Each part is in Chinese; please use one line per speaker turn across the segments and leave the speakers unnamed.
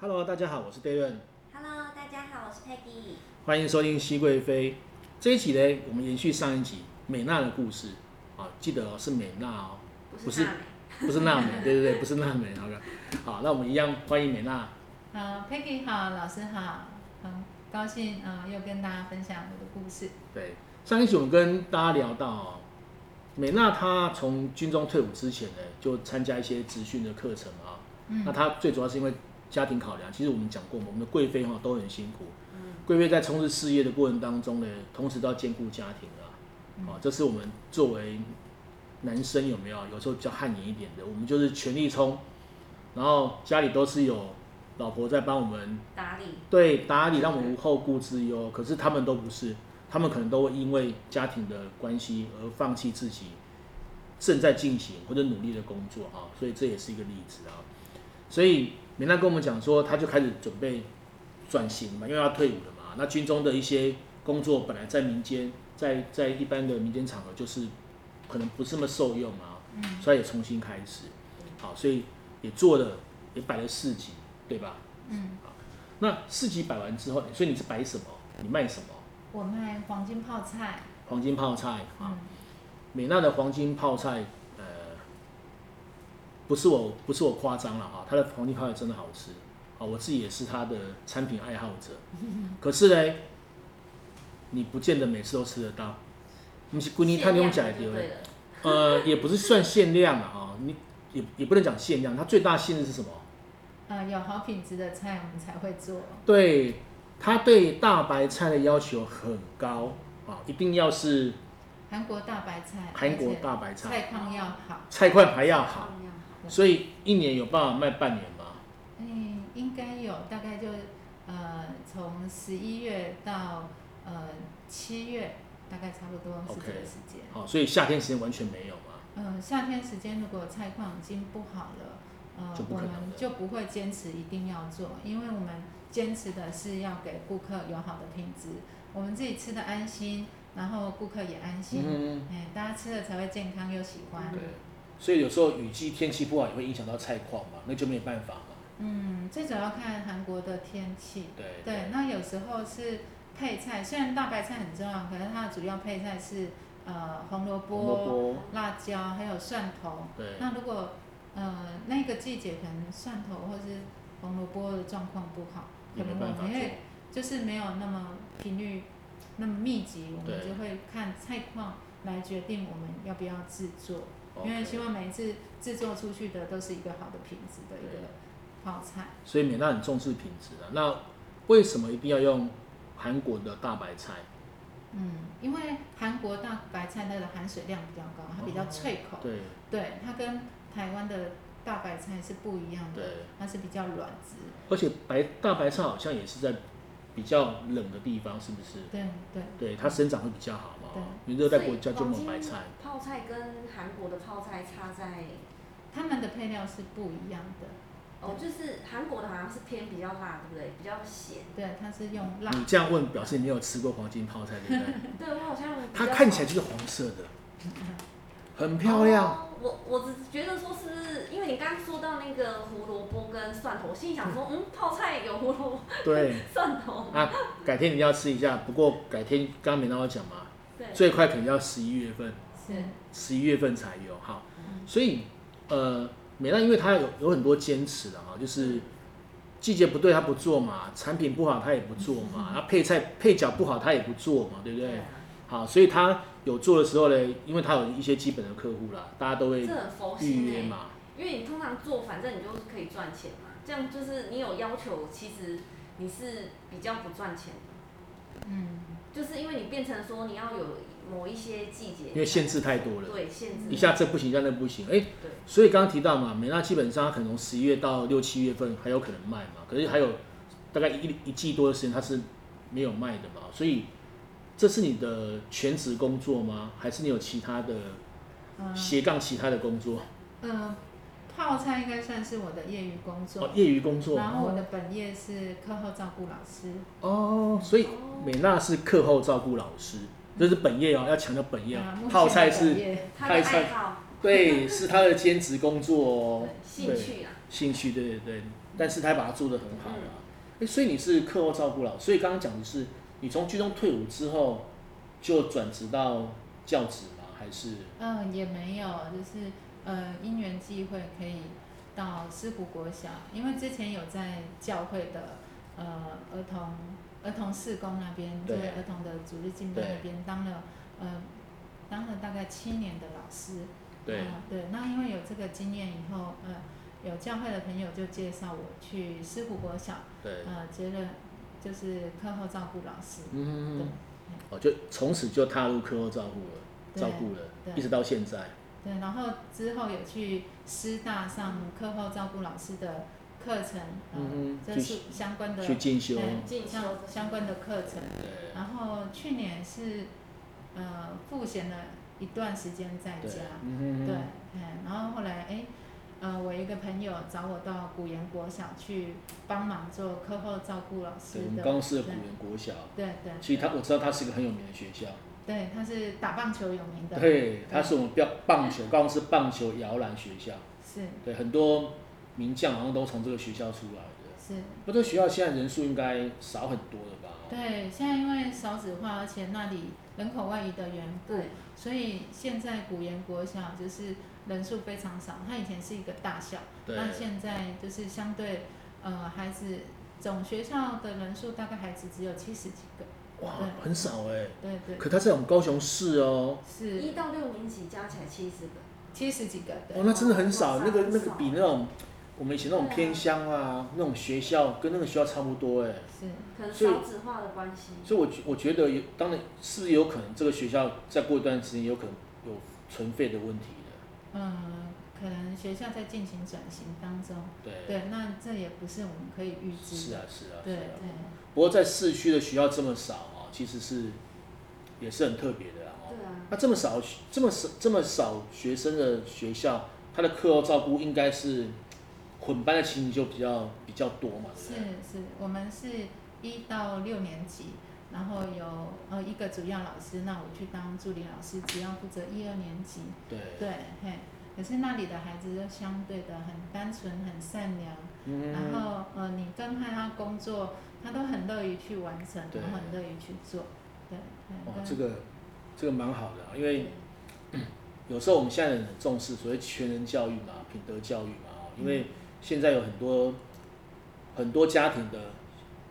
Hello，大家好，我是 Darren，
Hello，大家好，我是 Peggy。
欢迎收听《熹贵妃》这一集呢，我们延续上一集美娜的故事啊，记得、哦、是美娜哦，不
不
是
是娜美，
不是娜美，对对对，不是娜美，好的，好，那我们一样欢迎美娜。
好，Peggy 好，老师好，很高兴啊、呃又跟大家分享我的故事。
对，上一集我们跟大家聊到、哦，美娜她从军中退伍之前呢，就参加一些职训的课程啊、
嗯
那她最主要是因为家庭考量，其实我们讲过嘛，我们的贵妃哈、都很辛苦，
嗯，
贵妃在从事事业的过程当中呢，同时都要兼顾家庭啊，
嗯
哦，这是我们作为男生有没有有时候比较汗颜一点的，我们就是全力冲，然后家里都是有老婆在帮我们
打理，
对打理，让我们无后顾之忧。可是他们都不是，他们可能都会因为家庭的关系而放弃自己正在进行或者努力的工作啊，所以这也是一个例子啊。所以美娜跟我们讲说，她就开始准备转型嘛，因为要退伍了嘛。那军中的一些工作本来在民间，在在一般的民间场合，就是可能不是那么受用啊，
嗯，
所以也重新开始。好，所以也做了，也摆了四级，对吧？
嗯，
那四级摆完之后，所以你是摆什么？你卖什么？
我卖黄金泡菜。
黄金泡菜啊
嗯，，
美娜的黄金泡菜，呃，不是我不是我夸张了哈，它的黄金泡菜真的好吃啊，我自己也是它的产品爱好 者。可是呢，你不见得每次都吃得到，你是闺女她那种假
限量
丢
就对了，
呃，也不是算限量了哈，你也也不能讲限量，它最大限制是什么？
呃，有好品质的菜我们才会做。
对，他对大白菜的要求很高啊，一定要是
韩国大白菜，
韩国大白菜，
菜况要好，
菜块还要好，
重要
所以一年有办法卖半年吗？
嗯，应该有，大概就呃从十一月到呃七月，大概差不多是这
OK
个时间。
好、啊所以夏天时间完全没有嘛。
嗯，夏天时间如果菜况已经不好了，呃
就，不
我
可
们
能了
就不会坚持一定要做，因为我们坚持的是要给顾客有好的品质，我们自己吃的安心，然后顾客也安心，
嗯，
哎，大家吃了才会健康又喜欢。
对，所以有时候雨季天气不好也会影响到菜况嘛，那就没有办法嘛。
嗯，最主要看韩国的天气，
对
对，那有时候是配菜，虽然大白菜很重要，可是它的主要配菜是呃红萝
红萝
卜、
卜，
辣椒还有蒜头。
对，
那如果呃那个季节可能蒜头或是红萝卜的状况不好，
也
可
没
能
办
我
法
们
做
会。就是没有那么频率那么密集，我们
对
就会看菜况来决定我们要不要制作，因为
OK
希望每一次制作出去的都是一个好的品质的一个泡菜。
所以美娜很重视品质啊。那为什么一定要用韩国的大白菜？
嗯，因为韩国大白菜它的含水量比较高，它比较脆口，
对
对，它跟台湾的大白菜是不一样的，
对。
它是比较软质。
而且白大白菜好像也是在比较冷的地方，是不是？
对对，
对，它生长会比较好
对
嘛。因为热带国家就没有白菜。。
泡菜跟韩国的泡菜差在，
他们的配料是不一样的，
哦，就是韩国的好像是偏比较辣，对不对？比较咸。
对，它是用辣，
你这样问，表示你没有吃过黄金泡菜，对不对？
对，我好像比较
嗯它看起来就是黄色的，很漂亮。
哦我我只觉得说是不是，因为你刚刚说到那个胡萝卜跟蒜头，我心里想说，嗯，泡菜有胡萝卜、
对，
蒜头，
啊，改天你要吃一下。不过改天刚刚没让我讲嘛，
对，
最快可能要十一月份，
是，
十一月份才有。好，所以呃，美娜因为她有有很多坚持的哈，就是季节不对她不做嘛，产品不好她也不做嘛，然后配菜配角不好她也不做嘛，对不对？
对啊，
好，所以她有做的时候呢，因为她有一些基本的客户啦，大家都会
这很佛
预
心
约
哎、
嘛，
因为你通常做，反正你就是可以赚钱嘛。这样就是你有要求，其实你是比较不赚钱的，
嗯，
就是因为你变成说你要有某一些季节，
因为限制太多了，
对限制
一下这不行，一下那不行，哎、
对
所以刚刚提到嘛，美娜基本上她可能从十一月到六七月份还有可能卖嘛，可是还有大概一一季多的时间它是没有卖的嘛，所以这是你的全职工作吗？还是你有其他的
呃
斜杠其他的工作？
呃，泡菜应该算是我的业余工
哦
作，，
业余工作。
然后我的本业是课后照顾老师，
哦，所以美娜是课后照顾老师，这是本业哦，要强调本业哦。
啊，目前的
泡菜
本
是，
业
他的
太菜
爱好、
对，是她的兼职工作哦
对。兴趣啊，
兴趣，对对对，但是他把它做得很好啊。诶所以你是课后照顾老师，所以刚刚讲的是你从剧中退伍之后就转职到教职吗？还是
嗯，也没有，就是呃，因缘际会可以到狮湖国小，因为之前有在教会的呃儿童儿童事工那边，
对
就是儿童的主日敬拜
对
那边当了呃当了大概七年的老师。
对
啊对，那因为有这个经验以后，呃，有教会的朋友就介绍我去狮湖国小，
对，
呃，接任就是课后照顾老师。
嗯，哦，就从此就踏入课后照顾了，
对
照顾了，
对
一直到现在。
对，然后之后有去师大上课后照顾老师的课程，
嗯
嗯
哼，
这
去
是相关的
去进修，
对
进修
相相关的课程。
对
然后去年是呃赋闲了一段时间在
对
家，，
嗯
对，
哼，
嗯，然后后来哎，呃，我一个朋友找我到古岩国小去帮忙做课后照顾老师
对，我们
的，
刚是古园国小，
对对
其实他我知道他是一个很有名的学校，
对，他是打棒球有名的，
对，他是我们标棒球，高雄是棒球摇篮学校，
是
对，很多名将好像都从这个学校出来的。
是。
不过这学校现在人数应该少很多了吧？
对，现在因为少子化，而且那里人口外移的缘故，
对，
所以现在古岩国小就是人数非常少。它以前是一个大校，
对
那现在就是相对呃孩子总学校的人数大概孩子只有七十几个。
哇
对，
很少哎、
对对，
可他在我们高雄市哦，
是
一到六年级加起来七十个，
七十几个。
哦，
对，
那真的很少，
哇
那个
很
那
少
个比那种我们以前那种
对啊
偏乡啊，那种学校跟那个学校差不多哎、
是
可能
所以
少子化的关系。
所以我觉我觉得有，当然是不是有可能这个学校再过一段时间有可能有存废的问题的，
嗯，可能学校在进行转型当中。
对，
对，那这也不是我们可以预知
是
的。
啊是啊是
对
啊
对。
不过在市区的学校这么少啊、其实是也是很特别的啦、哦。
对啊，
那这么少这么少这么少学生的学校，他的课后照顾应该是混班的情形就比较比较多嘛，对
是
不对？
是，我们是一到六年级，然后有呃一个主要老师，那我去当助理老师，只要负责一二年级。
对，
对，嘿。可是那里的孩子就相对的很单纯、很善良，
嗯
然后呃，你跟他他工作，他都很乐于去完成，
对
然后很乐于去做。对，
哇
对，
这个这个蛮好的、啊，因为有时候我们现在人很重视所谓全人教育嘛、品德教育嘛，哦因为现在有很多很多家庭的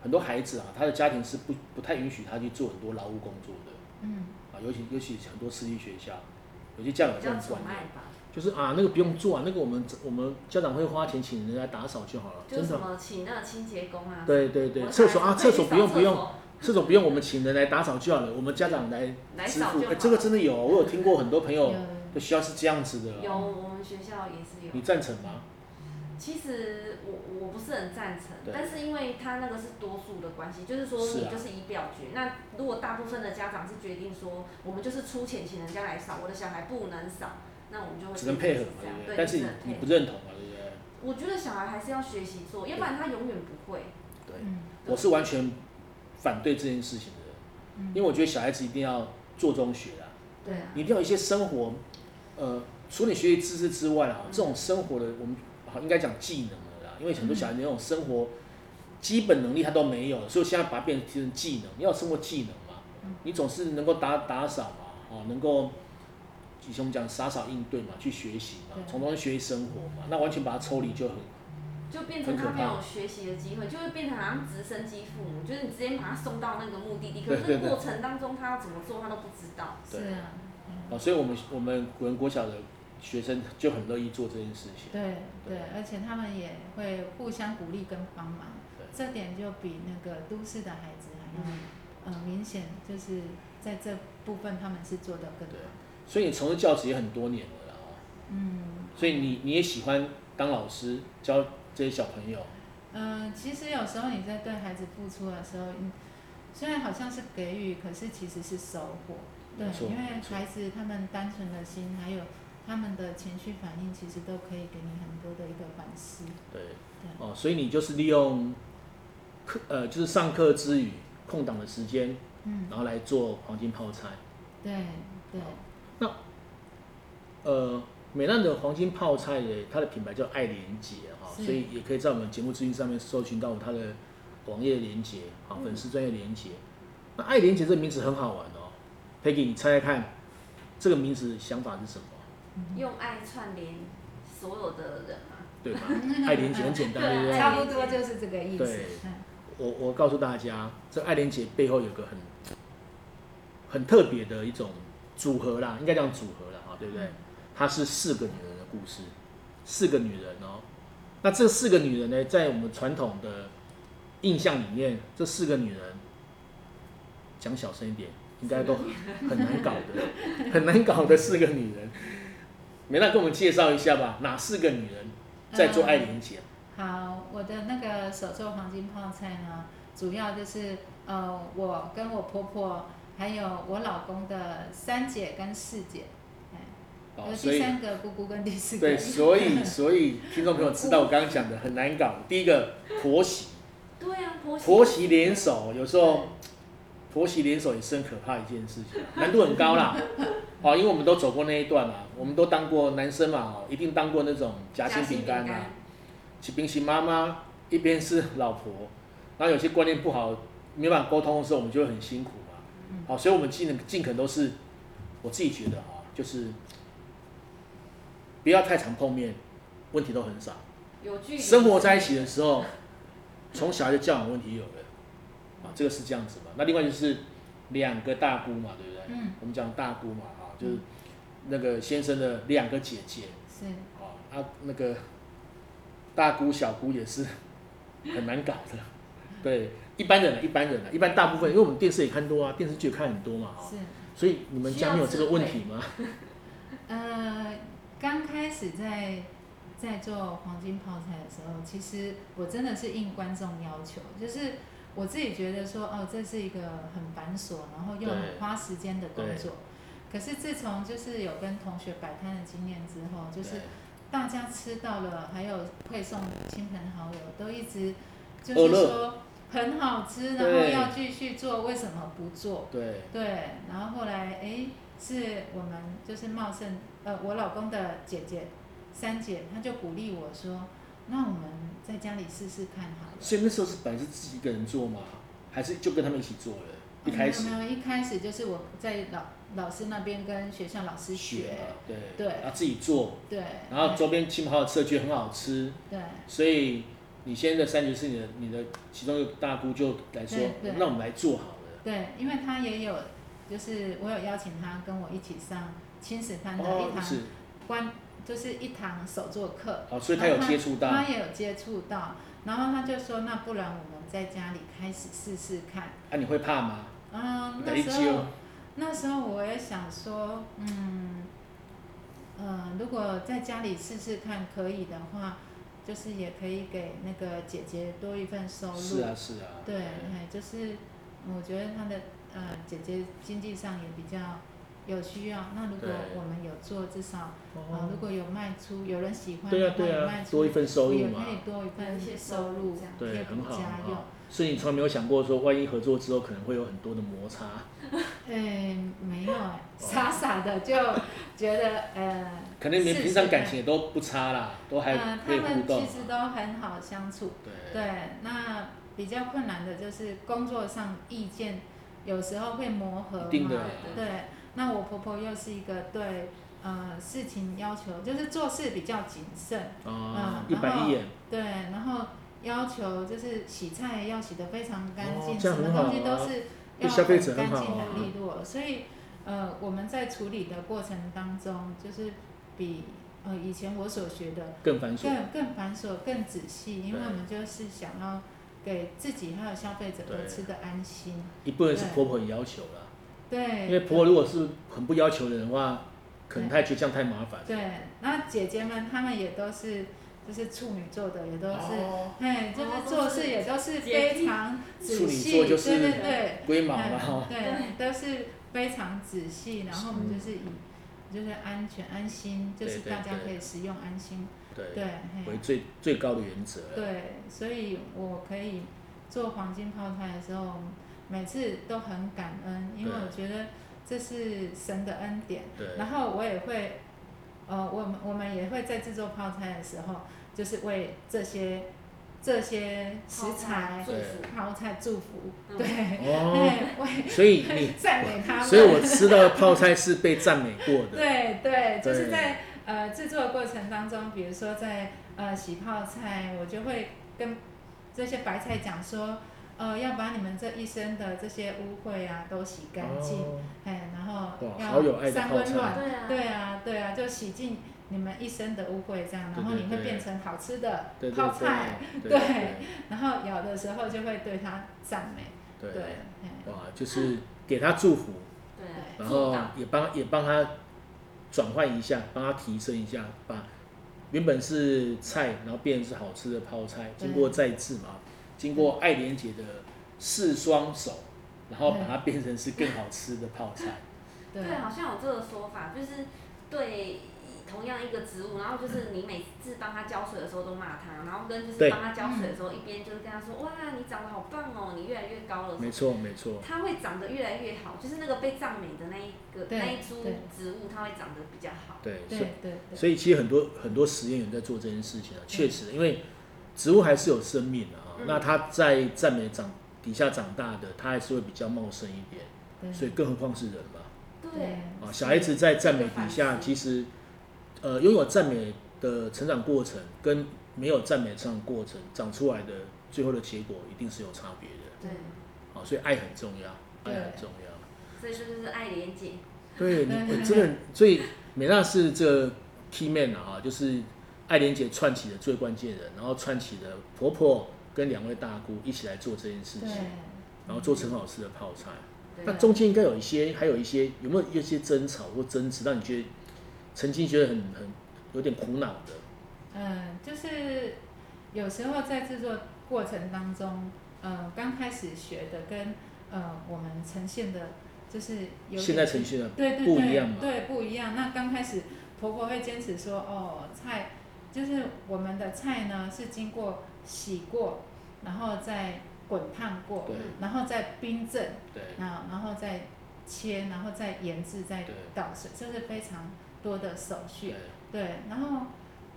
很多孩子啊，他的家庭是不不太允许他去做很多劳务工作的
嗯，
啊，尤其尤其很多私立学校，有些家长有
比
这
较
样的
宠
观念
爱，吧，
就是啊，那个不用做啊，那个我们我们家长会花钱请人来打扫就好了，
就是
真
什
的。
么请那个清洁工啊，
对对对，厕所啊，厕所不用不用，，厕所不用我们请人来打扫就好了，我们家长来
来
支
扫
付
就。好
哎，这个真的有，我有听过很多朋友
有
的学校是这样子的。
有，我们学校也是有。
你赞成吗？
其实我我不是很赞成
对，
但是因为他那个是多数的关系，就是说
是啊
你就是以表决。那如果大部分的家长是决定说，我们就是出钱请人家来扫，我的小孩不能扫，那我们就会
只能配合嘛，
这
对
样
不对？
对，
但是
只
你
能
你
配
不
合。
认同嘛，对不对？
我觉得小孩还是要学习做，要不然他永远不会。
对，
嗯
我是完全反对这件事情的人，
嗯，
因为我觉得小孩子一定要做中学啦，
对啊，
你一定要有一些生活，呃，除了你学习知识之外
嗯
啊，这种生活的我们好应该讲技能了啦，因为很多小孩子那种生活基本能力他都没有，所以现在把它变成技能，你要有生活技能嘛
嗯，
你总是能够打打扫嘛，哦，能够以前我们讲打扫应对嘛，去学习嘛
对，
从中学习生活嘛，那完全把它抽离就很
就变成
很可
他
怕
没有学习的机会，就会变成好像直升机父母，就是你直接把他送到那个目的地，可
对
是
对
这个
对
过程当中他要怎么做他都不知道。
对
是啊，嗯
啊，所以我们我们古人国小的学生就很乐意做这件事情。
对对
对，
而且他们也会互相鼓励跟帮忙
对，
这点就比那个都市的孩子还要、
嗯
呃明显，就是在这部分他们是做的更
对
好。
所以你从事教职也很多年了啦，哦
嗯
所以你你也喜欢当老师教这些小朋友，
呃，其实有时候你在对孩子付出的时候，嗯，虽然好像是给予，可是其实是收获。对
没错，
因为
没错
孩子他们单纯的心，还有他们的情绪反应，其实都可以给你很多的一个反思。
对
对，
哦，所以你就是利用课呃就是上课之余空档的时间，
嗯，
然后来做黄金泡菜。
对对，
呃，美兰的黄金泡菜的它的品牌叫爱莲姐哈、
是
所以也可以在我们节目资讯上面搜寻到他的网页连接，好，
嗯
粉丝专业连接。那爱连接这个名字很好玩哦，Peggy，你猜猜看，这个名字想法是什么？
用爱串联所有的人嘛，
对吧？爱连接很简单，对不
对
对？
差不多就是这个意思
对。
嗯
我我告诉大家，这爱莲姐背后有个很很特别的一种组合啦，应该讲组合啦，啊，对不
嗯
对？她是四个女人的故事，四个女人哦。那这四个女人呢，在我们传统的印象里面，这四个女人讲小声一点，应该都很难搞的，很难搞的四个女人。美娜，给我们介绍一下吧，哪四个女人在做爱莲
呃
姐？
好，我的那个手做黄金泡菜呢，主要就是呃，我跟我婆婆还有我老公的三姐跟四姐，哎，
哦
有
所
第
以
三个姑姑跟第四 个
对，，所以所以听众朋友知道我刚刚讲的很难搞。第一个婆媳，
对啊，婆媳
婆媳联手，有时候婆媳联手也是很可怕的一件事情，难度很高 啦。哦，因为我们都走过那一段嘛，我们都当过男生嘛，哦，一定当过那种夹心饼干啊嘛，起平行妈妈一边是老婆，然后有些观念不好，没办法沟通的时候，我们就会很辛苦嘛。好、所以我们尽尽可能都是我自己觉得啊，就是不要太常碰面，问题都很少。
有距离，
生活在一起的时候，从小就教养问题有了，啊，这个是这样子嘛。那另外就是两个大姑嘛，对不对？
嗯
我们讲大姑嘛，啊，就是那个先生的两个姐姐，
是
啊啊，那个大姑小姑也是很难搞 的。对，一般人啊，一般人啊，一般大部分，因为我们电视也看多啊，电视剧也看很多嘛，啊，
是，
所以你们家没有这个问题吗？
呃，刚开始在在做黄金泡菜的时候，其实我真的是应观众要求，就是我自己觉得说，哦，这是一个很繁琐，然后又很
对
花时间的工
对
作。可是自从就是有跟同学摆摊的经验之后，
对，
就是大家吃到了，还有配送亲朋好友，都一直就
饿
是
了
说很好吃，然后
哦对
要继续做，为什么不做？
对，
对，然后后来诶，是我们就是茂盛，呃，我老公的姐姐三姐，她就鼓励我说，那我们在家里试试看好了。
所以那时候是本来是自己一个人做吗？还是就跟他们一起做了？一开始
哦没有没有，一开始就是我在老老师那边跟学校老师学，
嘛，对
对
然后自己做，
对，
然后周边亲朋好友吃的觉得很好吃，
对
所以你现在的三姐是你的你的其中一个大姑就来说
对对，
那我们来做好了。
对，因为她也有，就是我有邀请她跟我一起上亲子班的
哦
一，堂
是，
关，就是一堂手作课，
哦，所以他有接触到
他，也有接触到，然后他就说，那不然我们在家里开始试试看。
啊，你会怕吗？
嗯，那
没
时候
救，
那时候我也想说，嗯，呃，如果在家里试试看可以的话，就是也可以给那个姐姐多一份收入。
是啊是啊，
对，哎，就是我觉得她的呃姐姐经济上也比较有需要。那如果
对
我们有做，至少呃
哦
如果有卖出，有人喜欢
对
的
啊
话，
对
有
啊
卖，出
多一份收入
有
嘛
可，以多一
有
份
一些
收
收
入
入这样，
贴
对，
补
很好
家
很
用
好。。所以你从来没有想过说，万一合作之后可能会有很多的摩擦，
哎，没有
哦
哎，傻傻的就觉得呃，
可能你们
试
平常
试
感
看
情也都不差啦，都还
呃，
可
他
以互
们
动
其实
嘛，
都很好相处。
对
对，那比较困难的就是工作上意见有时候会磨合嘛。
一定的啊，
对，那我婆婆又是一个对呃事情要求，就是做事比较谨慎，
啊，
嗯
一板一眼，
对，然后要求就是洗菜要洗得非常干净，
哦这
什
样
么
很好
东西都
啊
是
对
要
消费者
干
很好
净
啊
很利落，所以呃我们在处理的过程当中，就是比呃以前我所学的
更繁琐。
更更繁琐、更仔细，因为
对
我们就是想要给自己还有消费者
对
都吃的安心。
一部分是婆婆很要求啦，
对，
因为婆婆如果是很不要求的人的话，可能她也觉得这样太麻烦。
对，那姐姐们她们也都是就是处女座的，也都是，
哦，
哎、
哦
就是
都
做
是
事也都是
姐
非常
处
仔
女
细，
座哦就是
对对对，
龟毛啊
哎
嘛，哈，
对，都是非常仔细，然后我们就是以。就是安全、安心，就
对
是
对
大家
对
可以使用安心，对，
对，
嘿
为最最高的原则。
对，所以我可以做黄金泡菜的时候，每次都很感恩，因为
对
我觉得这是神的恩典。
对
然后我也会呃，我们我们也会在制作泡菜的时候，就是为这些这些食材
祝福，
泡菜祝福，
嗯
对，
哦，
对，为
所以 你，
赞美他们。
所以我吃到的泡菜是被赞美过的，
对对，就是
对
在呃制作的过程当中，比如说在呃洗泡菜，我就会跟这些白菜讲说，呃，要把你们这一身的这些污秽啊都洗干净，
哦
哎，然后
哇好有爱的
要三
泡
温
菜
暖，
对啊，
对啊对啊，就洗净你们一身的污秽这样，然后
对对
你会
对
变成好吃的
对对
泡菜，
对
对
对
然后咬的时候就会对它赞美，
对
对，
对，
哎
哇，就是给他祝福，
对啊，
然
祝
后
祷
也帮也帮他转换一下，帮他提升一下，把原本是菜，然后变成是好吃的泡菜，
对
经过再制嘛，经过爱莲姐的四双手，然后把它变成是更好吃的泡 菜。
对
对，啊好像有这个说法，就是对同样一个植物，然后就是你每次帮它浇水的时候都骂它，然后跟就是
对
帮它浇水的时候，一边就是跟它说，哇，你长得好棒哦，你越来越高了。
没错，没错，
它会长得越来越好，就是那个被赞美的那一个
对
那一株
对
植物，它会长得比较好。
对，
对
所以
对对，嗯
所以其实很多很多实验员在做这件事情啊，确实，因为植物还是有生命的啊，
嗯
那它在赞美长底下长大的，它还是会比较茂盛一点，
对
所以更何况是人嘛。
对，
啊，小孩子在赞美底下，
反思
其实，呃，拥有赞美的成长过程跟没有赞美的成长过程长出来的最后的结果一定是有差别的
对
对，
啊，所以爱很重要，
对
爱很重要。
所以这就是爱莲姐。
对你，
对
我真的，所以美娜是这个 key man 啊，就是爱莲姐串起的最关键人，然后串起的婆婆跟两位大姑一起来做这件事
对
情，然后做成好吃的泡菜。
对
那中间应该有一些，还有一些有没有一些争吵或争执，让你觉得曾经觉得很很有点苦恼的？
嗯，就是有时候在制作过程当中，呃，刚开始学的跟呃我们呈现的，就是有
现在
点
程序呢？
对对对
不一样嘛
对不一样。那刚开始婆婆会坚持说，哦，菜就是我们的菜呢是经过洗过，然后再滚烫过，
对
然后再冰镇，
对
然后然后再切，然后再腌制，再
对哎
倒水，这是非常多的手续
对。
对，然后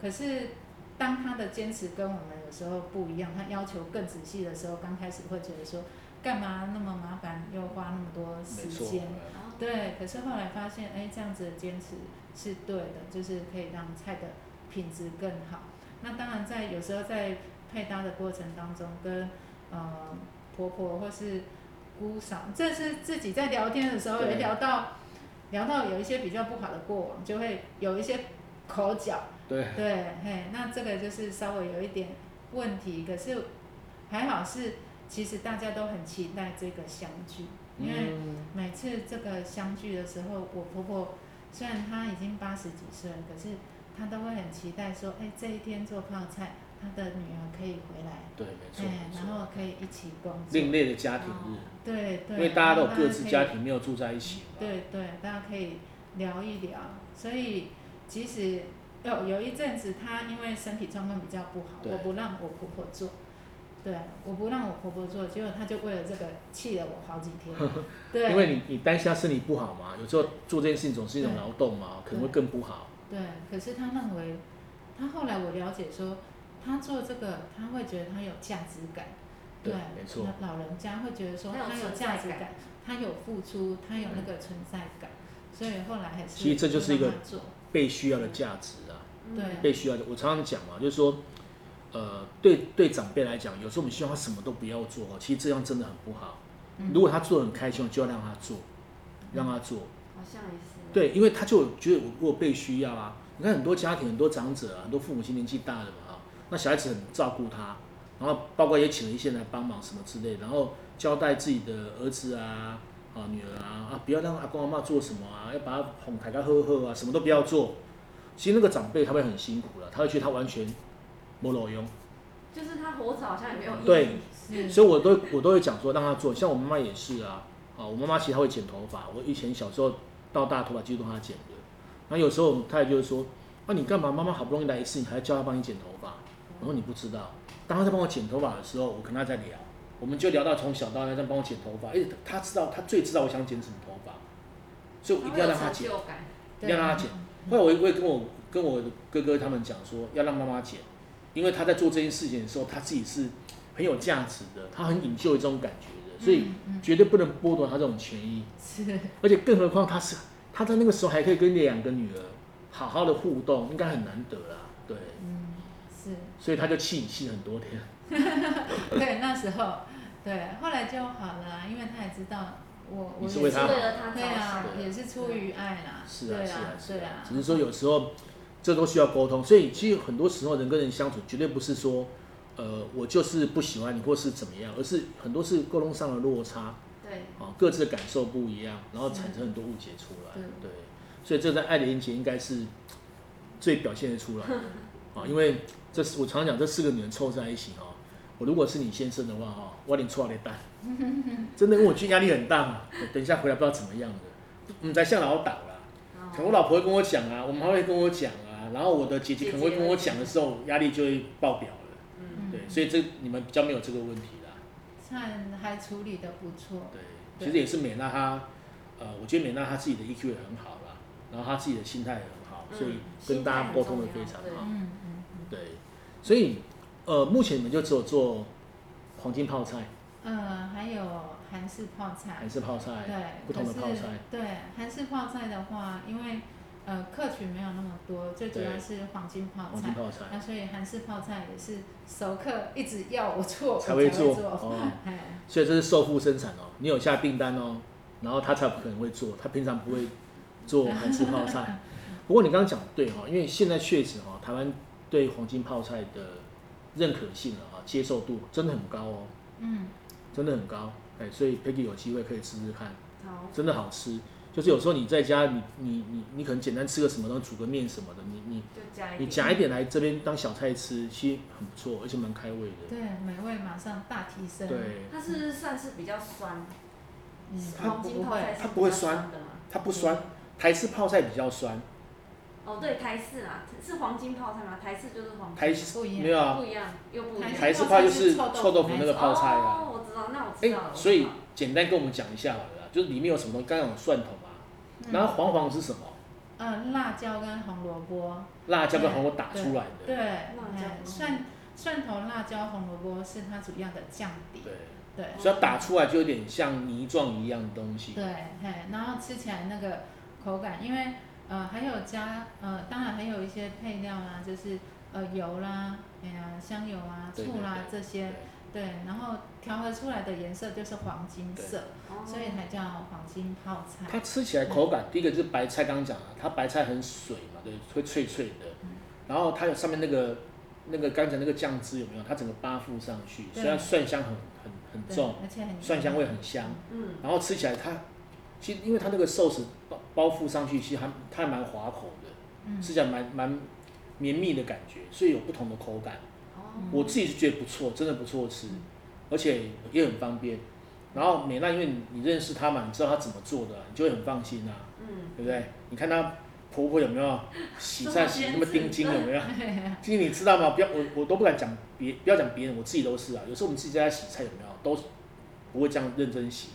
可是当他的坚持跟我们有时候不一样，他要求更仔细的时候，刚开始会觉得说，干嘛那么麻烦，又花那么多时
没错。
间？
然后
对，可是后来发现，哎，这样子的坚持是对的，就是可以让菜的品质更好。那当然在，有时候在配搭的过程当中，跟呃婆婆或是姑嫂，这是自己在聊天的时候
对
也聊到，聊到有一些比较不好的过往，就会有一些口角。
对
对，嘿，那这个就是稍微有一点问题，可是还好是，其实大家都很期待这个相聚，因为。
嗯
每次这个相聚的时候，我婆婆虽然她已经八十几岁了，可是她都会很期待说，哎，这一天做泡菜，她的女儿可以回来，
对，没错。
哎
没，
然
错
后可以一起工作，
另类的家庭日，
对对，
因为大家都有
然后
各自
可以
家，庭，没有住在一起嘛。
对对，大家可以聊一聊。所以即使有有一阵子她因为身体状况比较不好，
对
我不让我婆婆做。对，我不让我婆婆做，结果她就为了这个气了我好几 天。对，
因为你你担心他身体不好嘛，有时候做这件事情总是一种
对
劳动嘛，可能会
对
更不好。
对，可是他认为，他后来我了解说，他做这个他会觉得他有价值感，
对没错
那老人家会觉得说
他有
他有
存
价
在
值
感
感，他有付出，他有那个存在感，所以后来还是
嗯其实这就是一个
让他做，
被需要的价值啊，
嗯
对
被需要的，我常常讲嘛，就是说，呃，对对长辈来讲，有时候我们希望他什么都不要做哦，其实这样真的很不好。
嗯
如果他做的很开心，就要让他做，让他做。
好像也是。
对，因为他就觉得我我被需要啊。你看很多家庭，很多长者啊，很多父母亲年纪大了嘛啊，那小孩子很照顾他，然后包括也请了一些人来帮忙什么之类，然后交代自己的儿子啊、啊女儿啊啊，不要让阿公阿妈做什么啊，要把他哄抬他呵呵啊，什么都不要做。其实那个长辈他会很辛苦了，他会觉得他完全没路用。
就是它活着好像也没有意义。
对
是
所以我都我都会讲说让他做，像我妈妈也是啊，啊，我妈妈其实她会剪头发，我以前小时候到大头发几乎都她剪的，那有时候她也就是说，那、你干嘛？妈妈好不容易来一次，你还要叫她帮你剪头发？我说你不知道，当她在帮我剪头发的时候，我跟她在聊，我们就聊到从小到大在帮我剪头发，而且她知道她最知道我想剪什么头发，所以我一定要让她
它
剪
会有成，就感。
嗯
一定要让她剪。后来我我也跟我跟我的哥哥他们讲说，要让妈妈剪，因为他在做这件事情的时候，他自己是很有价值的，他很引咎这种感觉的，所以
嗯
绝对不能剥夺他这种权益。
是
而且更何况他是他在那个时候还可以跟两个女儿好好的互动，应该很难得啦。对，
嗯是，
所以他就气气很多天。
对那时候对，后来就好了，啊因为他也知道我我
你是
也
为
是
他好
为了他着
对啊
想。，
也是出于爱啦，
是啊，
对
是啊，是
对
啊。只是说有时候这都需要沟通，所以其实很多时候人跟人相处，绝对不是说，呃，我就是不喜欢你或是怎么样，而是很多是沟通上的落差
对，
啊，各自的感受不一样，然后
是
产生很多误解出来
对。
对，所以这在爱的连结应该是最表现得 出来的啊，因为这是我常讲这四个女人凑在一起哦。我如果是你先生的话，哦，我连错了 蛋，真的，因为我觉得压力很大嘛。等一下回来不知道怎么样的，我们在下老岛啦。
然
可
后
能我老婆会跟我讲啊，我妈会跟我讲啊，然后我的姐姐可能会跟我讲的时候，压力就会爆表了。
嗯，
嗯
对，所以这你们比较没有这个问题啦。
算还处理的不错，
对，
对
其实也是美娜她，呃，我觉得美娜她自己的 EQ 也很好啦，然后她自己的心态也很好，
嗯
所以跟大家沟通的非常
心态很重要
好。
嗯嗯
对，所以呃，目前你们就只有做黄金泡菜、
嗯，呃，还有韩式泡菜
韩，式泡菜，
对，
不同的
可是
泡菜
对，韩式泡菜的话，因为呃客群没有那么多，最主要
对
是黄金泡
黄
菜
金。泡菜
那所以韩式泡菜也是熟客一直要我做，我
才
会
会做哦。
哎，
所以这是受父生产哦，你有下订单哦，然后他才可能会做，他平常不会做韩式泡菜。不过你刚刚讲得对哈、哦，因为现在确实哈、哦，台湾对黄金泡菜的认可性啊、哦，接受度真的很高哦，
嗯，
真的很高。哎，所以 Peggy 有机会可以试试看，
好，
真的好吃。就是有时候你在家，你你你你可能简单吃个什么东西，煮个面什么的，你你
就加一
你
点。
夹一点来这边当小菜吃，其实很不错，而且蛮开胃的。
对，美味马上大提升。
对，
它是不是算是比较酸，
嗯，它
黄
不
金泡菜
会，
是
它不会
比较
酸
的嘛？
它不酸，台式泡菜比较酸，
哦，对，台式啊，是黄金泡菜吗？台式就是黄金，
台
不一样
没有啊，
不一样，又不一样。
台式泡就是臭豆腐那个泡菜啊。
哦，我知道，那我
哎、
知道了。
所以
我知道
简单跟我们讲一下好了啦，就是里面有什么东西？刚刚有蒜头嘛，然后黄黄是什么？
嗯，辣椒跟红萝卜，
辣椒跟黄瓜打出来的。
对，
椒
哎
跟
蒜蒜头、辣椒、红萝卜是它主要的酱底。
对，
对
所以它打出来就有点像泥状一样的东西。
对，嘿，然后吃起来那个口感，因为呃还有加呃，当然还有一些配料啦，就是呃油啦，哎呀香油啊、
对
醋啦这
对
些，对，然后调和出来的颜色就是黄金色，
哦
所以才叫黄金泡菜。
它吃起来口感，第一个就是白菜，刚刚讲了，它白菜很水嘛，对，会脆脆的。然后它有上面那个那个刚才那个酱汁有没有？它整个扒附上去，
对
虽然蒜香很很很
对
重，，
而且很
蒜香味很香。
嗯，
然后吃起来它，其实因为它那个寿司包包覆上去，其实还它还蛮滑口的，
嗯，
吃起来蛮蛮绵密的感觉，所以有不同的口感。
哦，
我自己是觉得不错，真的不错吃
嗯，
而且也很方便。然后美娜，因为你你认识她嘛，你知道她怎么做的啊、你就会很放心啊，
嗯，
对不对？你看她婆婆有没有洗 菜洗那么丁金有没有？
啊
其实你知道吗？不要我我都不敢讲别不要讲别人，我自己都是啊。有时候我们自己在家洗菜有没有，都不会这样认真洗。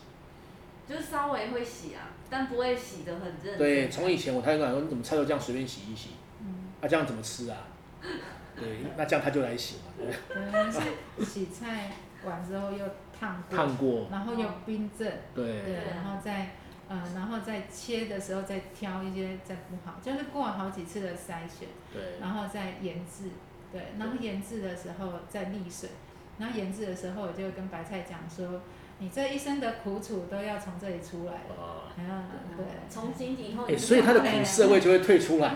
就是稍微会洗啊，但不会洗的很认真。
对，从以前我太太说你怎么菜都这样随便洗一洗，
嗯，
那、这样怎么吃啊？ 对，那这样他就来洗嘛， 对不对
对，我们是洗菜完之后又烫过，
烫过，哦
然后又冰镇，
对，
对，然后再呃，然后再切的时候再挑一些再不好，就是过好几次的筛选，
对，
然后再腌制，对，然后腌制的时候再沥水，然后腌制的时候我就跟白菜讲说，你这一生的苦楚都要从这里出来了，
啊，
啊，对，
从今以后
哎，
你，
所以他的苦涩味就会退出来，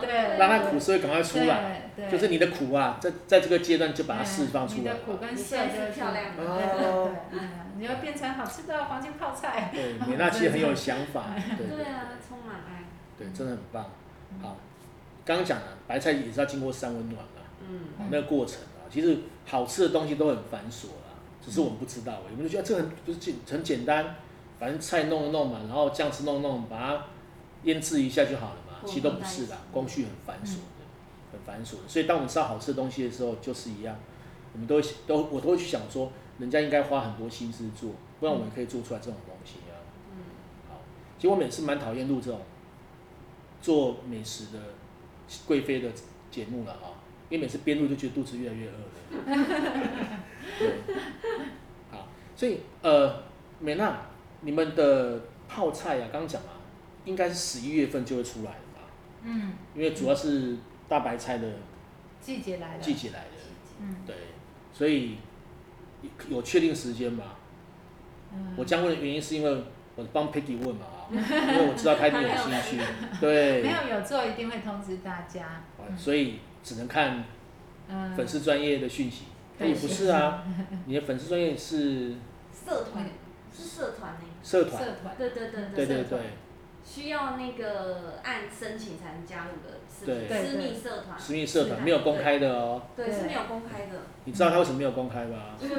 对
让他苦涩味赶快出来，
对，对，
就是你的苦啊，在在这个阶段就把它
对
释放
你
出来
的。苦跟
你
涩
现
就
在是漂亮
对
的。
对
哦
对，嗯你要变成好吃的黄金泡菜，
对，美娜其实很有想法， 对
对啊，充满爱。
对，真的很棒。好，刚刚讲了，白菜也是要经过三温暖啊，
嗯，
那个过程啊，其实好吃的东西都很繁琐啦，只是我们不知道而
嗯
已，我们就觉得啊这个很就是简很简单，反正菜弄一弄嘛，然后酱汁弄一弄，把它腌制一下就好了嘛。
混合
其实都不是
在
啦
一起，嗯
工序很繁琐的，很繁琐的。所以当我们吃到好吃的东西的时候，就是一样，我们都会都我都会去想说，人家应该花很多心思做，不然我们也可以做出来这种东西啊。
嗯，
好，其实我每次蛮讨厌录这种做美食的贵妃的节目了啊、因为每次边录就觉得肚子越来越饿了。对，好，所以呃，美娜，你们的泡菜啊，刚刚讲啊，应该是十一月份就会出来了吧？
嗯，
因为主要是大白菜的
季节来了，
季节来的，
嗯，
对，所以有确定时间吗？
嗯
我这样问的原因是因为我帮 Peggy 问嘛啊，因为我知道他一定有兴趣，对
没，有有做一定会通知大家，嗯
所以只能看
嗯，
粉丝专业的讯息。
对
也不是啊，你的粉丝专业是
社团是社团呢、
社团，
社团，
啊对对对
对
对，
对
社
对
团，
需要那个按申请才能加入的私
对
私密社团，
私密社
是
团
啊
没有公开的哦。
对是没有公开的，
你知道他为什么没有公开吗？
因为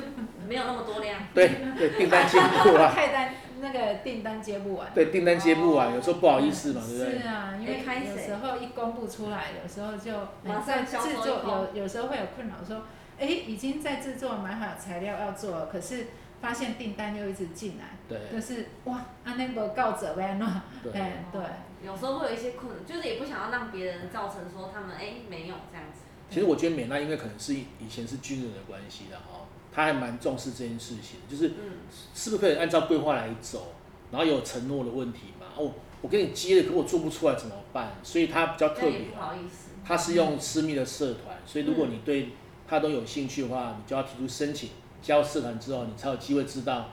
没有那么多量。
对对，订单接不完，
派单那个订单接不完，
对订单接不完，有时候不好意思嘛，对不
是
对？
啊，因
哎拍
为有
谁
时候一公布出来，有时候就
马上
在
销售
制
一空
作有有时候会有困扰，说哎已经在制作买好材料要做了，可是发现订单又一直进来，
对
就是哇，安那个告者为安诺，
对
哎对，
有时候会有一些困难，就是也不想要让别人造成说他们哎、没有这样子。
其实我觉得美娜因为可能是以前是军人的关系的哦，她还蛮重视这件事情，就是
嗯，
是不是可以按照规划来走，然后有承诺的问题嘛？哦，我跟你接了，可我做不出来怎么办？所以他比较
那
特
也
别
不
啊，
好意思。
他是用私密的社团，所以如果
嗯
你对他都有兴趣的话，你就要提出申请，加入社团之后，你才有机会知道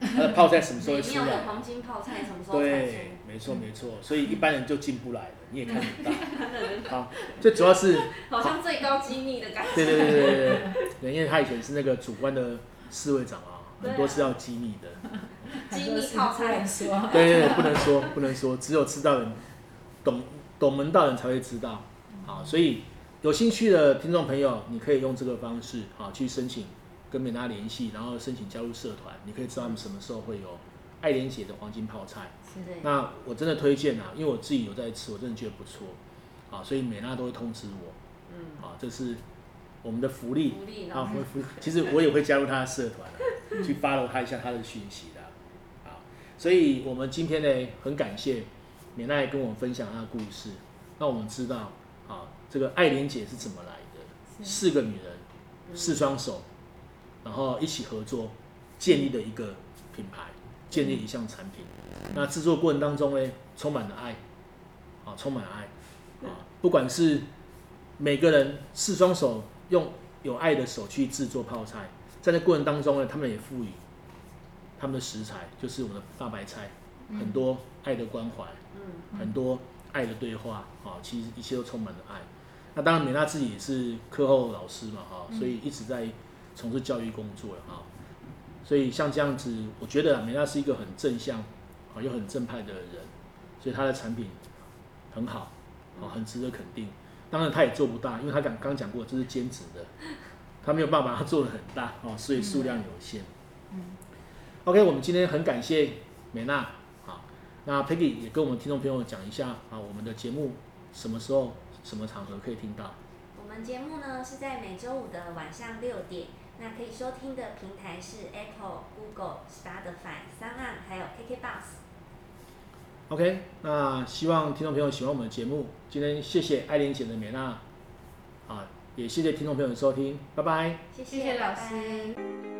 他的泡菜什么时候
美
会出
妙的
来。
黄金泡菜什么时候产
对
出？，
没错没错，所以一般人就进不来了，你也看 不到。好，最主要是
好像最高机密的感觉。
对对对对对对，因为他以前是那个主观的侍卫长啊，
对啊
很多是要机密的。
机密
很多事
套
不能
餐
说，
对对对，不能说不能说，只有知道人懂懂门道人才会知道。好，所以有兴趣的听众朋友，你可以用这个方式好去申请，跟美娜联系，然后申请加入社团，你可以知道他们什么时候会有爱莲姐的黄金泡菜。
是
对
那我真的推荐啊，因为我自己有在吃，我真的觉得不错。啊，所以美娜都会通知我
嗯，
啊，这是我们的福利。
福利
啊，
呢？
回复，其实我也会加入他的社团、啊，去 follow 他一下他的讯息的啊。好，所以我们今天呢，很感谢美奈跟我们分享她的故事，让我们知道啊，这个爱莲姐是怎么来的，
是
四个女人，
嗯
四双手，然后一起合作建立的一个品牌，建立一项产品。那制作过程当中呢，充满了爱，啊，充满了爱，啊，不管是每个人四双手用有爱的手去制作泡菜，在这过程当中呢，他们也赋予他们的食材，就是我们的大白菜，
嗯
很多爱的关怀，
嗯，
嗯
很多爱的对话啊、其实一切都充满了爱。那当然，美娜自己也是课后老师嘛，哈、
嗯
所以一直在从事教育工作了哈、所以像这样子，我觉得啊美娜是一个很正向啊、又很正派的人，所以她的产品很好啊、很值得肯定。当然，她也做不大，因为她刚刚讲过，这是兼职的，她没有办法，她做的很大啊、所以数量有限。
嗯
OK，我们今天很感谢美娜，啊好，那 Peggy 也跟我们听众朋友讲一下啊，我们的节目什么时候、什么场合可以听到？
我们节目呢是在每周五的晚上六点，那可以收听的平台是 Apple、Google、Spotify、s o u n 还有 KKBox。
OK，那希望听众朋友喜欢我们的节目。今天谢谢爱莲姐的美娜，啊，也谢谢听众朋友的收听，拜拜。
谢
谢谢老
拜拜
师。